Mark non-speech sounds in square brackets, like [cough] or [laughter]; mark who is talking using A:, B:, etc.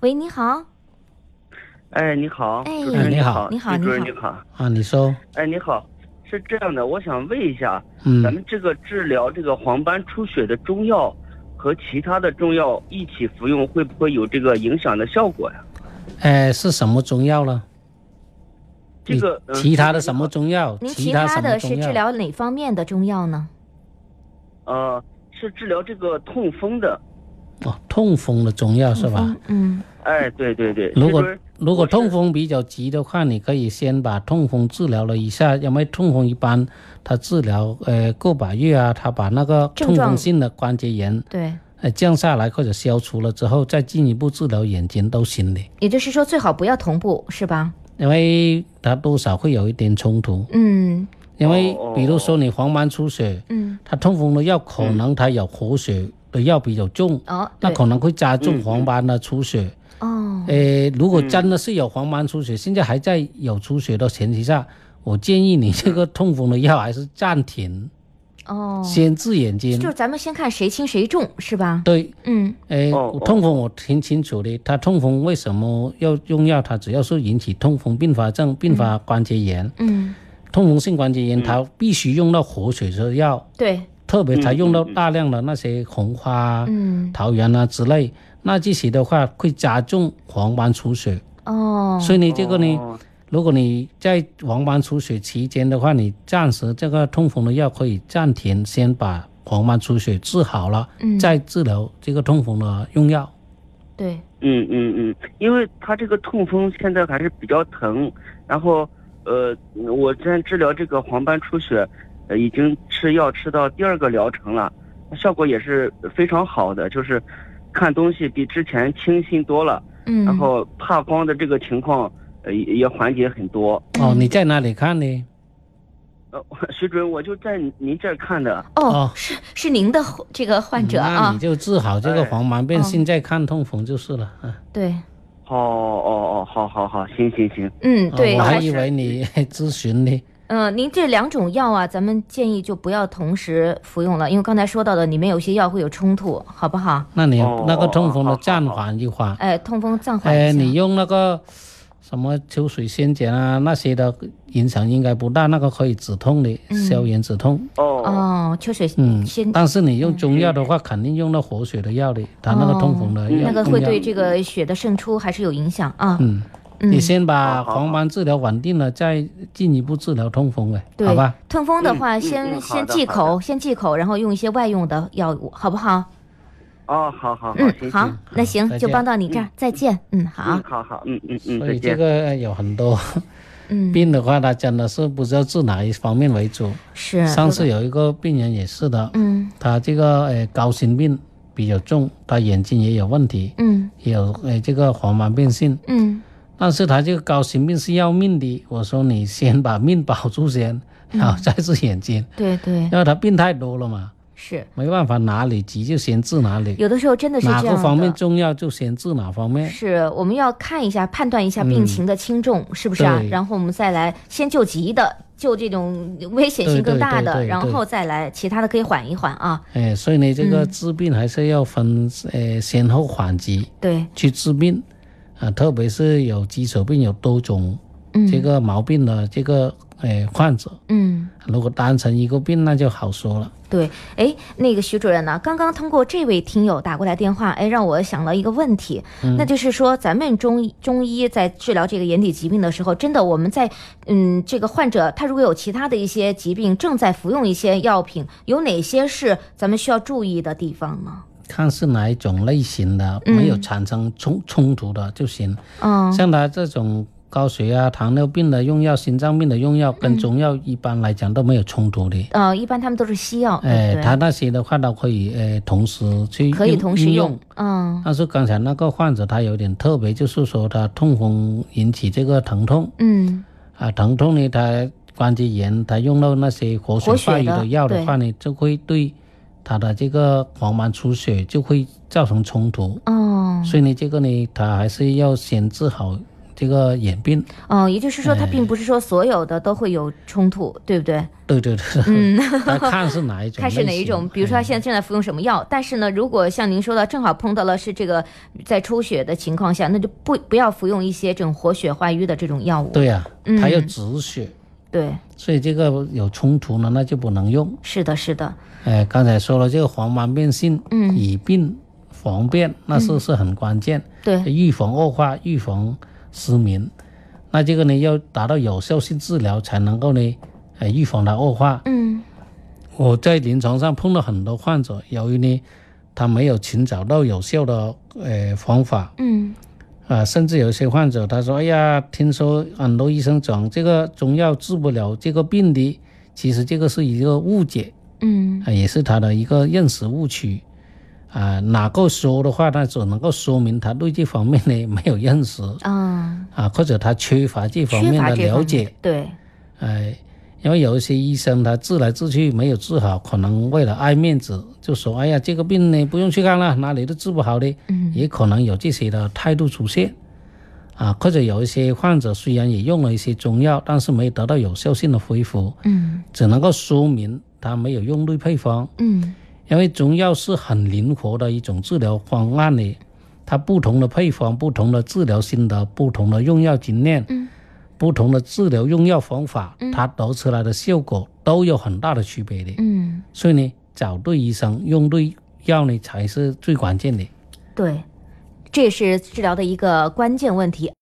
A: 喂，你好，
B: 哎，你好，
A: 哎
B: 主持人
A: 你
B: 你
A: 好你好
B: 好，主持人
A: 你
B: 你好，
C: 啊，你说，
B: 哎，你好，是这样的，我想问一下，咱
C: 嗯，
B: 们这个治疗这个黄斑出血的中药和其他的中药一起服用，会不会有这个影响的效果呀？
C: 哎，是什么中药了？
B: 这个
C: 你其他的什？
B: 呃
C: 么中药？
A: 您
C: 其
A: 其
C: 他什
A: 他
C: 么
A: 的
C: 中
A: 是
C: 药
A: 治疗哪方面的中药呢？
B: 呃，是治疗这个痛风的。
C: 哦，痛风的中药是吧？
A: 嗯，
B: 哎，对对对，
C: 如果
B: 这边
C: 如果
B: 我是
C: 痛风比较急的话，你可以先把痛风治疗了一下，因为痛风一般它治疗呃个把月啊，它把那个
A: 症
C: 痛
A: 状
C: 风性的关节炎
A: 对，
C: 呃降下来或者消除了之后，再进一步治疗眼睛都行的，
A: 也就是说最好不要同步，是吧？
C: 因为它多少会有一点冲突，
A: 嗯
C: 因为
B: 哦哦
C: 比如说你黄斑出血，
A: 嗯，
C: 它痛风的药可
B: 嗯
C: 能它有活血的药比较重，
A: 哦，
C: 那
A: 对，
C: 可能会加重
B: 嗯
C: 黄斑的出血。
A: 哦，
C: 诶，如果真的是有黄斑出血，现在还在有出血的前提下，我建议你这个痛风的药还是暂停，
A: 哦，
C: 先治眼睛
A: 就。是咱们先看谁轻谁重，是吧？
C: 对，
A: 嗯
C: 诶，
B: 哦哦
C: 痛风我挺清楚的，它痛风为什么要用药？它只要是引起痛风并发症、并发关节炎、
A: 嗯，
C: 痛风性关节炎，它必须用到活血的药，
A: 对，
C: 特别它
B: 嗯
C: 用到
B: 嗯嗯
C: 大量的那些红花啊、
A: 嗯
C: 桃园啊之类，那这些的话会加重黄斑出血。
A: 哦，
C: 所以呢，这个呢，
B: 哦
C: 如果你在黄斑出血期间的话，你暂时这个痛风的药可以暂停，先把黄斑出血治好了，
A: 嗯
C: 再治疗这个痛风的用药。
A: 对，
B: 嗯嗯嗯，因为他这个痛风现在还是比较疼，然后呃，我之前治疗这个黄斑出血，呃，已经吃药吃到第二个疗程了，效果也是非常好的，就是看东西比之前清新多了，
A: 嗯，
B: 然后怕光的这个情况呃也也缓解很多。
C: 哦，
A: 嗯
C: 你在哪里看呢？
B: 呃， [laughs] 徐主任，我就在您这儿看的，
A: 哦
C: 哦，
A: 是是您的这个患者
C: 嗯那
A: 啊
C: 你，就治好这个
B: 哎
C: 黄斑变
A: 哦
C: 性，再看痛风就是了。啊
A: 对，
B: 哦哦哦，好好好，行行行，
A: 嗯，对，
C: 哦我还
A: 还
C: 以
A: 是
C: 为你 [laughs] 咨询呢。
A: 嗯、您这两种药啊，咱们建议就不要同时服用了，因为刚才说到的里面有些药会有冲突，好不好？
C: 那你
B: 哦
C: 那个
B: 哦
C: 痛风
B: 好
C: 的
B: 好
C: 暂
B: 好
C: 缓一缓。
A: 哎，痛风暂缓一下。
C: 哎，你用那个什么秋水仙碱啊那些的影响应该不大，那个可以止痛的，
A: 嗯
C: 消炎止痛。
B: 哦
A: 哦，秋水
C: 嗯
A: 仙，
C: 但是你用中药的话，肯定用到活血的药的，它那个痛风的药。
A: 哦嗯那个会
C: 用药
A: 对这个血的渗出还是有影响啊。
C: 嗯，
A: 嗯
C: 你先把
B: 好好好
C: 黄斑治疗稳定了，再进一步治疗痛风呗，
A: 对
C: 好吧？，
A: 痛风的话，
B: 嗯嗯
A: 先
B: 嗯好
A: 先
B: 的
A: 忌
B: 好
A: 口，先忌口，然后用一些外用的药物，好不好？
B: 哦，好好好，
A: 嗯，
B: 行
A: 好
B: 行，
A: 那行
C: 再
A: 就
C: 见
A: 帮到你这儿，再见。嗯，好
B: 嗯，，好好，嗯嗯嗯，
C: 所
B: 再
C: 以这
B: 见。
C: 个呃有很多
A: 嗯，
C: 病的话，它真的是不知道治哪一方面为主。
A: 是，
C: 上次有一个病人也是的，
A: 嗯
C: 他这个呃高心病比较重，他眼睛也有问题，
A: 嗯
C: 也有呃这个黄斑变性，
A: 嗯
C: 但是他这个高心病是要命的。我说你先把命保住先，
A: 嗯
C: 然后再治眼睛。
A: 对对
C: 因为他病太多了嘛，
A: 是，
C: 没办法，哪里急就先治哪里，
A: 有的时候真的是这
C: 哪个
A: 样
C: 方面
A: 的。
C: 重要就先治哪方面。
A: 是，我们要看一下，判断一下病情的轻重，是不是啊
C: 对？
A: 然后我们再来先救急的，救这种危险性更大
C: 对对
A: 的，
C: 对对
A: 然后再来其他的可以缓一缓啊。
C: 哎，所以呢，这个
A: 嗯
C: 治病还是要分呃先后缓急
A: 对，
C: 去治病，啊，特别是有基础病、有多种
A: 嗯，
C: 这，个毛病的这个呃患者，
A: 嗯。
C: 如果单纯一个病那就好说了。
A: 对，哎，那个徐主任呢、刚刚通过这位听友打过来电话，哎，让我想到一个问题，那就是说，咱们中医中医在治疗这个眼底疾病的时候，真的我们在嗯，这个患者他如果有其他的一些疾病，正在服用一些药品，有哪些是咱们需要注意的地方呢？
C: 看是哪一种类型的，
A: 嗯
C: 没有产生冲冲突的就行。
A: 嗯，
C: 像他这种高血压、糖尿病的用药、心脏病的用药，
A: 嗯
C: 跟中药一般来讲都没有冲突的。
A: 呃，一般他们都是西药，对
C: 哎，
A: 不
C: 他
A: 哦对？
C: 那些的话都可以，呃，同时去
A: 可以同时
C: 应
A: 用，。嗯
C: 但是刚才那个患者他有点特别，就是说他痛风引起这个疼痛
A: 嗯，
C: 啊，疼痛呢，他关节炎，他用到那些活血
A: 活血
C: 化瘀
A: 的
C: 的药的
A: 对
C: 话呢，就会对他的这个黄斑出血就会造成冲突。
A: 哦，
C: 所以呢，这个呢，他还是要先治好这个眼病。
A: 哦，也就是说，它
C: 哎
A: 并不是说所有的都会有冲突，对不对？
C: 对对对， [laughs]
A: 嗯，
C: 来看是哪一种，
A: 看是哪一种，比如说他
C: 哎
A: 现在正在服用什么药，但是呢，如果像您说的，正好碰到了是这个在抽血的情况下，那就不不要服用一些这种活血化瘀的这种药物。
C: 对呀、
A: 嗯
C: 它要止血，
A: 对，
C: 所以这个有冲突呢，那就不能用。
A: 是的，是的，
C: 哎，刚才说了这个黄斑变性，
A: 嗯
C: 以病防变，那是是很关键，
A: 对，
C: 预防恶化，预防失明。那这个呢，要达到有效性治疗，才能够呢，呃，预防它恶化。
A: 嗯
C: 我在临床上碰到很多患者，由于呢，他没有寻找到有效的呃方法，
A: 嗯
C: 啊，甚至有些患者他说：“哎呀，听说很多医生讲这个中药治不了这个病的，其实这个是一个误解
A: 嗯，
C: 啊，也是他的一个认识误区啊。哪个说的话，他只能够说明他对这方面呢没有认识
A: 啊，
C: 啊，或者他缺乏这方
A: 缺
C: 面
A: 乏
C: 的
A: 这方
C: 了
A: 面
C: 解，
A: 对，
C: 哎。”因为有一些医生他治来治去没有治好，可能为了爱面子就说：“哎呀，这个病呢不用去看了，哪里都治不好的。”
A: 嗯
C: 也可能有这些的态度出现，啊，或者有一些患者虽然也用了一些中药，但是没得到有效性的恢复，
A: 嗯
C: 只能够说明他没有用对配方，
A: 嗯
C: 因为中药是很灵活的一种治疗方案的，它不同的配方、不同的治疗性的、不同的用药经验、
A: 嗯
C: 不同的治疗用药方法
A: 嗯，
C: 它得出来的效果都有很大的区别的，
A: 嗯，
C: 所以呢，找对医生、用对药呢才是最关键的。
A: 对，这也是治疗的一个关键问题。